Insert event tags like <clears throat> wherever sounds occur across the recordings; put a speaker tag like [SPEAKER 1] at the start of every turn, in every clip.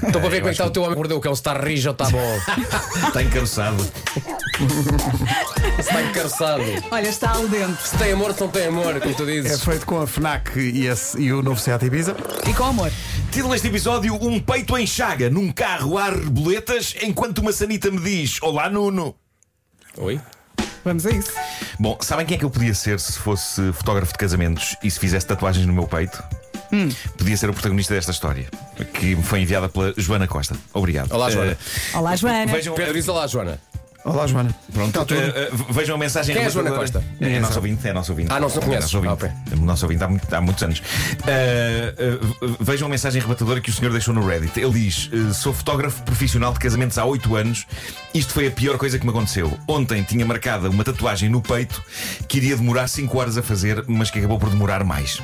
[SPEAKER 1] Estou para ver como é que está o teu homem que mordeu o cão, se está rijo ou está bom,
[SPEAKER 2] Está encansado.
[SPEAKER 1] se <laughs> está encarçado,
[SPEAKER 3] Olha, está ao dente.
[SPEAKER 1] se tem amor, se não tem amor, como tu
[SPEAKER 4] É
[SPEAKER 1] dizes.
[SPEAKER 4] feito com a FNAC e, esse- e o novo Seat Ibiza.
[SPEAKER 3] E com amor.
[SPEAKER 2] Título deste episódio: Um peito em chaga num carro a arreboletas, enquanto uma sanita me diz: Olá, Nuno.
[SPEAKER 1] Oi?
[SPEAKER 3] Vamos a isso.
[SPEAKER 2] Bom, sabem quem é que eu podia ser se fosse fotógrafo de casamentos e se fizesse tatuagens no meu peito? Podia ser o protagonista desta história, que me foi enviada pela Joana Costa. Obrigado.
[SPEAKER 1] Olá,
[SPEAKER 2] Eh,
[SPEAKER 1] Joana.
[SPEAKER 3] Olá, Joana.
[SPEAKER 2] vejam,
[SPEAKER 1] Pedro, diz olá, Joana.
[SPEAKER 4] Olá, Joana.
[SPEAKER 2] Pronto,
[SPEAKER 4] Está tudo.
[SPEAKER 2] eh, eh, vejam a mensagem
[SPEAKER 1] Quem é a Joana
[SPEAKER 2] rematadora.
[SPEAKER 1] Costa?
[SPEAKER 2] É,
[SPEAKER 4] Ninguém
[SPEAKER 2] nosso
[SPEAKER 4] sabe.
[SPEAKER 2] ouvinte, é nosso ouvinte.
[SPEAKER 1] Ah, não, se não conheces.
[SPEAKER 2] É nosso ouvinte.
[SPEAKER 1] Ah,
[SPEAKER 2] É nosso ouvinte há, muito- há muitos anos. Eh, eh, vejam a mensagem rebatadora que o senhor deixou no Reddit. Ele diz: eh, Sou fotógrafo profissional de casamentos há 8 anos. Isto foi a pior coisa que me aconteceu. Ontem tinha marcada uma tatuagem no peito que iria demorar 5 horas a fazer, mas que acabou por demorar mais.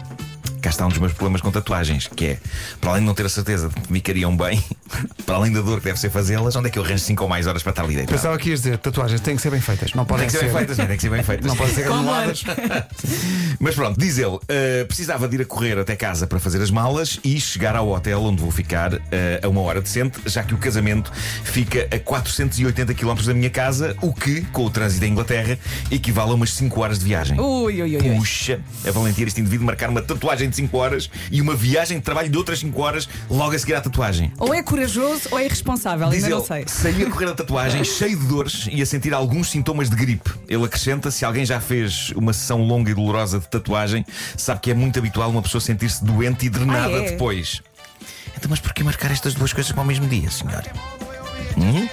[SPEAKER 2] Cá está um dos meus problemas com tatuagens, que é, para além de não ter a certeza de que me ficariam bem, <laughs> para além da dor que deve ser fazê-las, onde é que eu arranjo 5 ou mais horas para estar ali deitado?
[SPEAKER 4] Pensava que ias dizer, tatuagens têm que ser bem feitas. Não
[SPEAKER 2] Tem
[SPEAKER 4] podem
[SPEAKER 2] que ser
[SPEAKER 4] ser.
[SPEAKER 2] bem feitas, tem que ser bem feitas.
[SPEAKER 4] Não podem ser
[SPEAKER 3] Com amor.
[SPEAKER 4] anuladas.
[SPEAKER 2] <laughs> Mas pronto, diz ele, eh, precisava de ir a correr até casa para fazer as malas e chegar ao hotel onde vou ficar eh, a uma hora decente, já que o casamento fica a 480 km da minha casa, o que, com o trânsito da Inglaterra, equivale a umas 5 horas de viagem.
[SPEAKER 3] Ui, ui, ui, ui.
[SPEAKER 2] Puxa, a valentia deste indivíduo marcar uma tatuagem de 5 horas e uma viagem de trabalho de outras 5 horas logo a seguir à tatuagem.
[SPEAKER 3] Ou é corajoso ou é irresponsável,
[SPEAKER 2] Diz
[SPEAKER 3] ainda não
[SPEAKER 2] ele,
[SPEAKER 3] sei.
[SPEAKER 2] Saí a correr da
[SPEAKER 3] <laughs>
[SPEAKER 2] tatuagem, cheio de dores e a sentir alguns sintomas de gripe. Ele acrescenta: se alguém já fez uma sessão longa e dolorosa de tatuagem, sabe que é muito habitual uma pessoa sentir-se doente e drenada
[SPEAKER 3] Ah, é?
[SPEAKER 2] depois. Então, mas porquê marcar estas duas coisas para o mesmo dia, senhora? Hum?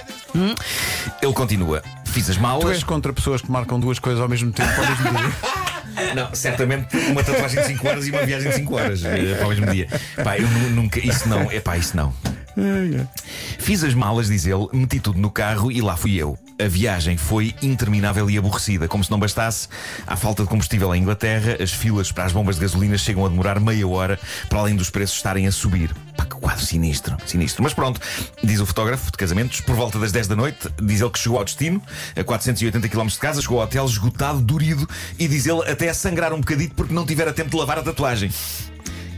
[SPEAKER 2] Ele continua: fiz as
[SPEAKER 4] Tu
[SPEAKER 2] malas.
[SPEAKER 4] és contra pessoas que marcam duas coisas ao mesmo tempo, ao
[SPEAKER 2] <laughs>
[SPEAKER 4] mesmo dia.
[SPEAKER 2] Não, certamente uma tatuagem de 5 horas e uma viagem de 5 horas eh, para o mesmo dia. Pá, eu nu- nunca. Isso não, é pá, isso não. Fiz as malas, diz ele, meti tudo no carro e lá fui eu. A viagem foi interminável e aborrecida. Como se não bastasse, à falta de combustível em Inglaterra, as filas para as bombas de gasolina chegam a demorar meia hora, para além dos preços estarem a subir. Pá, que quadro sinistro, sinistro. Mas pronto, diz o fotógrafo de casamentos, por volta das 10 da noite, diz ele que chegou ao destino, a 480 km de casa, chegou ao hotel esgotado, dorido, e diz ele até a sangrar um bocadito porque não tivera tempo de lavar a tatuagem.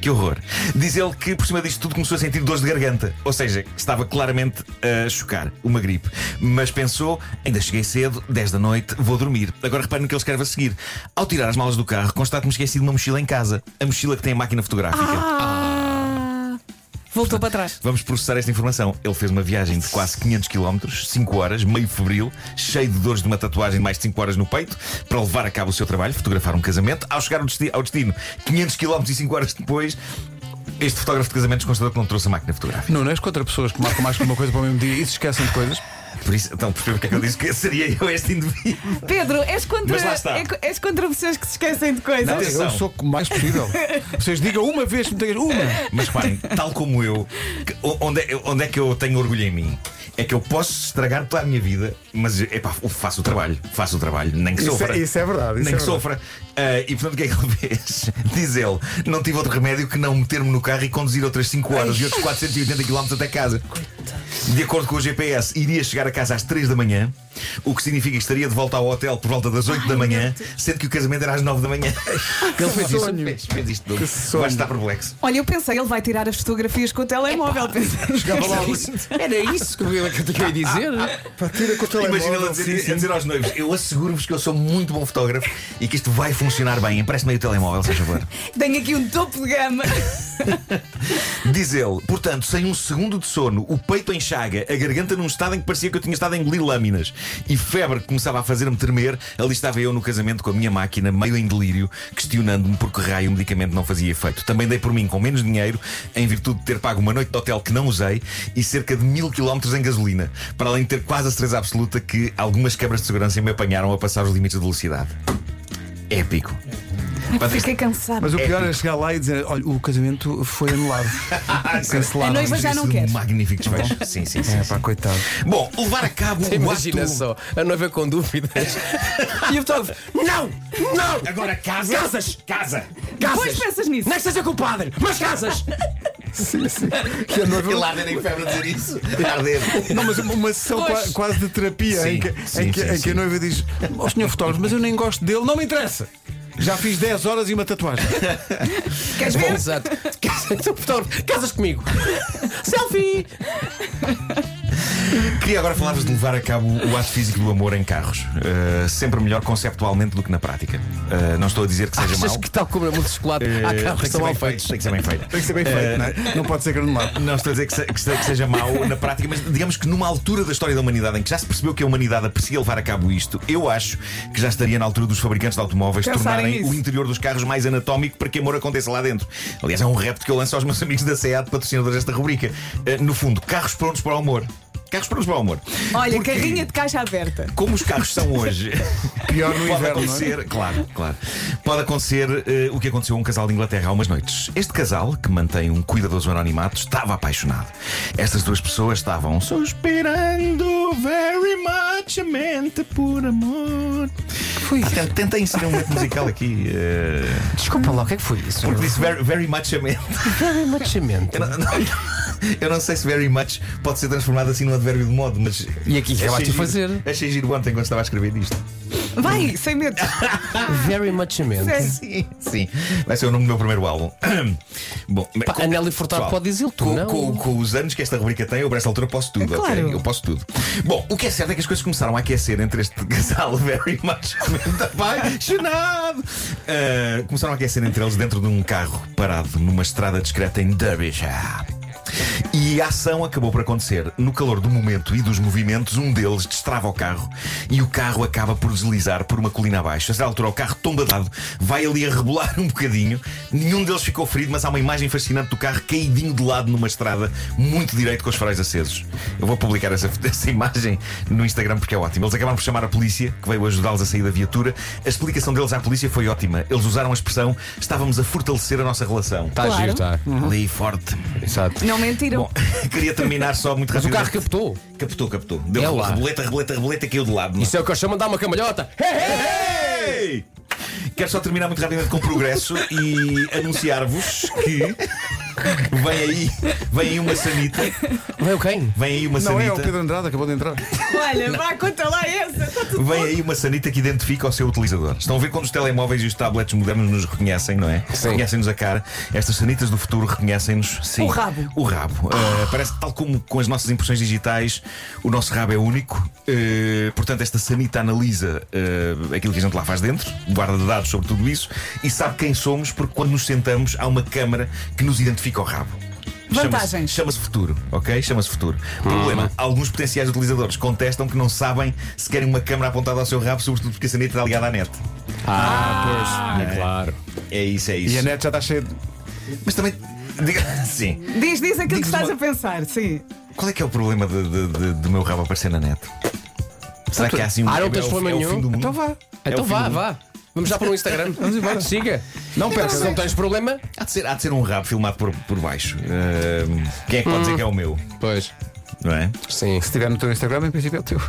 [SPEAKER 2] Que horror. Diz ele que por cima disto tudo começou a sentir dores de garganta. Ou seja, estava claramente a chocar uma gripe. Mas pensou, ainda cheguei cedo, 10 da noite, vou dormir. Agora reparem no que ele escreve a seguir. Ao tirar as malas do carro, constato-me esqueci de uma mochila em casa. A mochila que tem a máquina fotográfica.
[SPEAKER 3] Ah, voltou
[SPEAKER 2] <laughs>
[SPEAKER 3] para trás.
[SPEAKER 2] Vamos processar esta informação. Ele fez uma viagem de quase 500 km, 5 horas, meio febril, cheio de dores de uma tatuagem de mais de 5 horas no peito, para levar a cabo o seu trabalho, fotografar um casamento. Ao chegar ao desti- ao destino, 500 km e 5 horas depois, este fotógrafo de casamentos constatou que não trouxe a máquina fotográfica.
[SPEAKER 4] Não, não és contra pessoas que marcam mais que uma coisa para o mesmo dia e se esquecem de coisas.
[SPEAKER 2] Por isso, então, percebo o que é que eu disse que seria eu este indivíduo.
[SPEAKER 3] Pedro, és contra,
[SPEAKER 2] Mas lá está.
[SPEAKER 3] é co- és contra pessoas que se esquecem de coisas.
[SPEAKER 2] Não, Atenção.
[SPEAKER 4] Eu sou o mais possível. Vocês digam uma vez que me tenhas uma.
[SPEAKER 2] Mas reparem, tal como eu, que- onde é, onde é que eu tenho orgulho em mim? É que eu posso estragar toda a minha vida, mas epá, faço o trabalho, faço o trabalho, nem que
[SPEAKER 4] Isso é-
[SPEAKER 2] sofra.
[SPEAKER 4] isso é verdade, isso
[SPEAKER 2] nem
[SPEAKER 4] é
[SPEAKER 2] que
[SPEAKER 4] verdade.
[SPEAKER 2] sofra. Ah, e portanto, o que é que ele <laughs> fez? Diz ele: não tive outro remédio que não meter-me no carro e conduzir outras 5 horas e outros 480 km até casa. De acordo com o GPS, iria chegar a casa às 3 da manhã, o que significa que estaria de volta ao hotel por volta das 8 da manhã, sendo que o casamento era às 9 da
[SPEAKER 4] <laughs>
[SPEAKER 2] manhã. Ele fez isto. Fez, fez isto tudo.
[SPEAKER 4] sonho.
[SPEAKER 2] Vai estar perplexo.
[SPEAKER 3] Olha, eu pensei, ele vai tirar as fotografias com o telemóvel. pensei.
[SPEAKER 1] Era isso, era isso que eu ia que eu ia <laughs> dizer.
[SPEAKER 4] Pá, tira com o
[SPEAKER 2] Imagina ele a dizer, a dizer aos noivos: Eu asseguro-vos que eu sou muito bom fotógrafo e que isto vai funcionar bem. Empreste-me aí o telemóvel, se
[SPEAKER 4] <laughs>
[SPEAKER 2] favor.
[SPEAKER 3] <laughs> Tenho aqui um topo de gama.
[SPEAKER 2] Diz ele: Portanto, sem um segundo de sono, o peito em chaga, a garganta num estado em que parecia que eu tinha estado a engolir lâminas e febre que começava a fazer-me tremer, ali estava eu no casamento com a minha máquina, meio em delírio, questionando-me por que raio o medicamento não fazia efeito. Também dei por mim com menos dinheiro, em virtude de ter pago uma noite de hotel que não usei e cerca de mil quilómetros em gasolina, para além de ter quase a certeza absoluta que algumas câmaras de segurança me apanharam a passar os limites de velocidade. Épico. Pá,
[SPEAKER 3] Fiquei cansado.
[SPEAKER 4] Mas o pior é chegar lá e dizer: olha, o casamento foi
[SPEAKER 2] <laughs>
[SPEAKER 4] anulado.
[SPEAKER 3] Ah, A
[SPEAKER 4] Cancelado.
[SPEAKER 3] noiva já não
[SPEAKER 2] Isso é um
[SPEAKER 3] quer.
[SPEAKER 2] Magnífico desfecho. Sim, sim, sim.
[SPEAKER 4] É pá, coitado.
[SPEAKER 2] Bom, levar a cabo o
[SPEAKER 1] Imagina
[SPEAKER 2] ato.
[SPEAKER 1] só, a noiva com dúvidas. <laughs> E o fotógrafo, não, não,
[SPEAKER 2] Agora casa.
[SPEAKER 1] Casas!
[SPEAKER 2] Casa!
[SPEAKER 1] casas.
[SPEAKER 3] Depois pensas nisso.
[SPEAKER 1] Não é que seja culpado, mas <laughs> casas.
[SPEAKER 4] Sim, sim. E a
[SPEAKER 1] <laughs>
[SPEAKER 4] noiva-
[SPEAKER 2] Ele arder em febre a dizer isso. Arder.
[SPEAKER 4] Não, mas uma sessão
[SPEAKER 3] Pois.
[SPEAKER 4] qua- quase de terapia
[SPEAKER 2] Sim,
[SPEAKER 4] em, que,
[SPEAKER 2] sim,
[SPEAKER 4] em que-
[SPEAKER 2] sim,
[SPEAKER 4] em que
[SPEAKER 2] sim.
[SPEAKER 4] a noiva diz: Ó senhor fotógrafo, mas eu nem gosto dele, não me interessa. Já fiz 10 horas e uma tatuagem.
[SPEAKER 3] Queres ver?
[SPEAKER 1] Exato. Casas, então, fotógrafo, casas comigo. <laughs> Selfie.
[SPEAKER 2] Queria agora falar-vos de levar a cabo o ato físico do amor em carros. Uh, sempre melhor conceptualmente do que na prática. Uh, não estou a dizer que seja
[SPEAKER 1] Achas
[SPEAKER 2] mau.
[SPEAKER 1] que tal como a mousse de chocolate
[SPEAKER 2] Uh,
[SPEAKER 1] há carros Eh, que
[SPEAKER 2] tem que ser
[SPEAKER 1] são mal
[SPEAKER 2] bem
[SPEAKER 1] feitos?
[SPEAKER 2] feito. Tem que ser bem feito.
[SPEAKER 4] Tem que ser bem feito, não é? Não pode ser
[SPEAKER 2] <laughs>
[SPEAKER 4] granulado.
[SPEAKER 2] Não estou a dizer que, se- que se- que seja mau na prática, mas digamos que numa altura da história da humanidade em que já se percebeu que a humanidade aprecia levar a cabo isto, eu acho que já estaria na altura dos fabricantes de automóveis
[SPEAKER 3] Pensarem
[SPEAKER 2] tornarem
[SPEAKER 3] nisso.
[SPEAKER 2] o interior dos carros mais anatómico para que amor aconteça lá dentro. Aliás, é um repto que eu lanço aos meus <laughs> amigos da SEAD, patrocinadores desta rubrica. Eh, no fundo, carros prontos para o amor. Carros prontos para o amor.
[SPEAKER 3] Olha,
[SPEAKER 2] Porque-
[SPEAKER 3] carrinha de caixa aberta.
[SPEAKER 2] como os carros são hoje,
[SPEAKER 4] Pior no
[SPEAKER 2] pode
[SPEAKER 4] inverno,
[SPEAKER 2] acontecer, claro, claro. Pode acontecer eh, o que aconteceu a um casal de Inglaterra há umas noites. Este casal, que mantém um cuidadoso anonimato, estava apaixonado. Estas duas pessoas estavam suspirando very much mente por amor. Foi Tentei inserir um momento musical aqui, eh,
[SPEAKER 1] Desculpa lá, o que é que foi isso?
[SPEAKER 2] porque disse very, very much mente.
[SPEAKER 1] Very much cimento.
[SPEAKER 2] Eu não, não- eu não sei se very much pode ser transformado assim num advérbio de modo, mas.
[SPEAKER 1] E aqui
[SPEAKER 2] achei
[SPEAKER 1] acabaste de
[SPEAKER 2] giro-
[SPEAKER 1] fazer.
[SPEAKER 2] Achei giro ontem quando estava a escrever isto.
[SPEAKER 3] Vai, sem medo.
[SPEAKER 1] Ah. Very much cimento.
[SPEAKER 3] Sério.
[SPEAKER 2] <laughs> Sim, <laughs> sim. Vai ser o nome do meu primeiro álbum. <clears throat> Bom, mas
[SPEAKER 1] Pá, a Nelly Furtado
[SPEAKER 2] pessoal,
[SPEAKER 1] pode dizê-lo, tu
[SPEAKER 2] com,
[SPEAKER 1] não?
[SPEAKER 2] Com, com os anos que esta rubrica tem, eu, por esta altura, posso tudo,
[SPEAKER 3] É
[SPEAKER 2] ok?
[SPEAKER 3] claro.
[SPEAKER 2] Eu posso tudo. Bom, o que é certo é que as coisas começaram a aquecer entre este <laughs> casal very much <laughs> apaixonado. Ah, começaram a aquecer entre eles dentro de um carro parado numa estrada discreta em Derbyshire. E a ação acabou por acontecer. No calor do momento e dos movimentos, um deles destrava o carro e o carro acaba por deslizar por uma colina abaixo. A certa altura, o carro tomba de lado, vai ali a rebolar um bocadinho. Nenhum deles ficou ferido, mas há uma imagem fascinante do carro caidinho de lado numa estrada, muito direito com os faróis acesos. Eu vou publicar essa, essa imagem no Instagram porque é ótimo. Eles acabaram por chamar a polícia, que veio ajudá-los a sair da viatura. A explicação deles à polícia foi ótima. Eles usaram a expressão: estávamos a fortalecer a nossa relação.
[SPEAKER 1] Está
[SPEAKER 3] Claro.
[SPEAKER 1] Tá giro, está.
[SPEAKER 2] Ali forte.
[SPEAKER 1] Exato.
[SPEAKER 3] Não mentiram.
[SPEAKER 2] Bom, queria terminar só muito
[SPEAKER 1] Mas o
[SPEAKER 2] rápido.
[SPEAKER 1] carro captou.
[SPEAKER 2] Captou, captou. Deu
[SPEAKER 1] É lá.
[SPEAKER 2] reboleta, reboleta, reboleta, caiu de lado. não é?
[SPEAKER 1] Isso é o que eu chamo de dar uma cambalhota.
[SPEAKER 2] Ei! Quero só terminar muito rapidamente com o progresso e anunciar-vos que vem aí, vem aí uma sanita,
[SPEAKER 1] <laughs> Vem o quem?
[SPEAKER 2] vem aí uma
[SPEAKER 4] Não é, o
[SPEAKER 2] sanita,
[SPEAKER 4] Pedro Andrade acabou de entrar.
[SPEAKER 3] Olha, vá, conta lá essa. Tá tudo
[SPEAKER 2] vem aí uma sanita que identifica o seu utilizador. Estão a ver quando os telemóveis e os tablets modernos nos reconhecem, não é?
[SPEAKER 1] Sim.
[SPEAKER 2] Reconhecem-nos a cara. Estas sanitas do futuro reconhecem-nos sim.
[SPEAKER 3] O rabo.
[SPEAKER 2] O rabo. Uh, parece que, tal como com as nossas impressões digitais, o nosso rabo é único. Uh, portanto, esta sanita analisa uh, aquilo que a gente lá faz dentro, guarda dados sobre tudo isso e sabe quem somos, porque quando nos sentamos há uma câmara que nos identifica o rabo. Chama-se-
[SPEAKER 3] Vantagens.
[SPEAKER 2] Chama-se futuro, ok? Chama-se futuro.
[SPEAKER 4] Uhum.
[SPEAKER 2] Problema: alguns potenciais utilizadores contestam que não sabem se querem uma câmara apontada ao seu rabo, sobretudo porque a sanita está ligada à net.
[SPEAKER 1] Ah, pois. É claro.
[SPEAKER 2] É isso, é isso.
[SPEAKER 4] E a net já está cheia de.
[SPEAKER 2] Mas também. diga- <laughs> Sim.
[SPEAKER 3] Diz, diz aquilo que
[SPEAKER 2] Diz
[SPEAKER 3] estás
[SPEAKER 2] uma-
[SPEAKER 3] a pensar, sim.
[SPEAKER 2] Qual é que é o problema de, de- de- do meu rabo aparecer na net? Será que há assim um
[SPEAKER 1] Ah, não
[SPEAKER 2] é o-
[SPEAKER 1] tens problema
[SPEAKER 2] é o
[SPEAKER 1] nenhum?
[SPEAKER 2] fim do mundo?
[SPEAKER 4] Então vá.
[SPEAKER 2] É
[SPEAKER 1] Então
[SPEAKER 2] o fim
[SPEAKER 1] vá,
[SPEAKER 2] do mundo.
[SPEAKER 1] vá. Vamos já para o Instagram. Vamos embora. Siga. Então,
[SPEAKER 4] Não
[SPEAKER 1] Se não
[SPEAKER 4] percas.
[SPEAKER 1] tens problema,
[SPEAKER 2] Há de, ser, há de ser um rabo filmado por, por baixo. Ahm, quem é que pode
[SPEAKER 4] Hum.
[SPEAKER 2] dizer que é o meu?
[SPEAKER 1] pois.
[SPEAKER 2] Não é?
[SPEAKER 1] Sim.
[SPEAKER 4] Se tiver no teu Instagram, em princípio é o teu.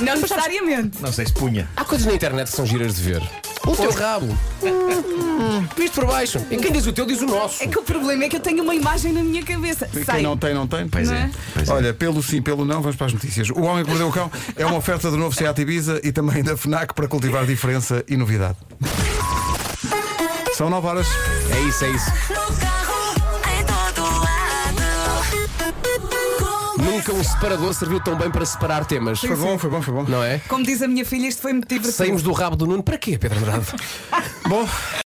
[SPEAKER 3] Não necessariamente.
[SPEAKER 2] Não sei se punha.
[SPEAKER 1] Há coisas na internet que são giras de ver. O teu rabo. Hum, Visto por baixo. E quem diz o teu diz o nosso.
[SPEAKER 3] É que o problema é que eu tenho uma imagem na minha cabeça.
[SPEAKER 4] Quem
[SPEAKER 3] Sai.
[SPEAKER 4] não tem, não tem.
[SPEAKER 2] Pois
[SPEAKER 3] Não
[SPEAKER 2] é.
[SPEAKER 3] é?
[SPEAKER 2] Pois é.
[SPEAKER 4] Olha, pelo sim, pelo não, vamos para as notícias. O Homem que Mordeu o Cão é uma oferta do novo Seat Ibiza e também da FNAC para cultivar diferença e novidade. São 9 horas.
[SPEAKER 1] É isso, é isso.
[SPEAKER 5] No carro, em todo lado.
[SPEAKER 1] Nunca um separador serviu tão bem para separar temas.
[SPEAKER 4] Foi bom, foi bom, foi bom.
[SPEAKER 1] Não é?
[SPEAKER 3] Como diz a minha filha, isto foi motivo
[SPEAKER 1] Saímos do rabo do Nuno para quê, Pedro Andrade?
[SPEAKER 4] Bom,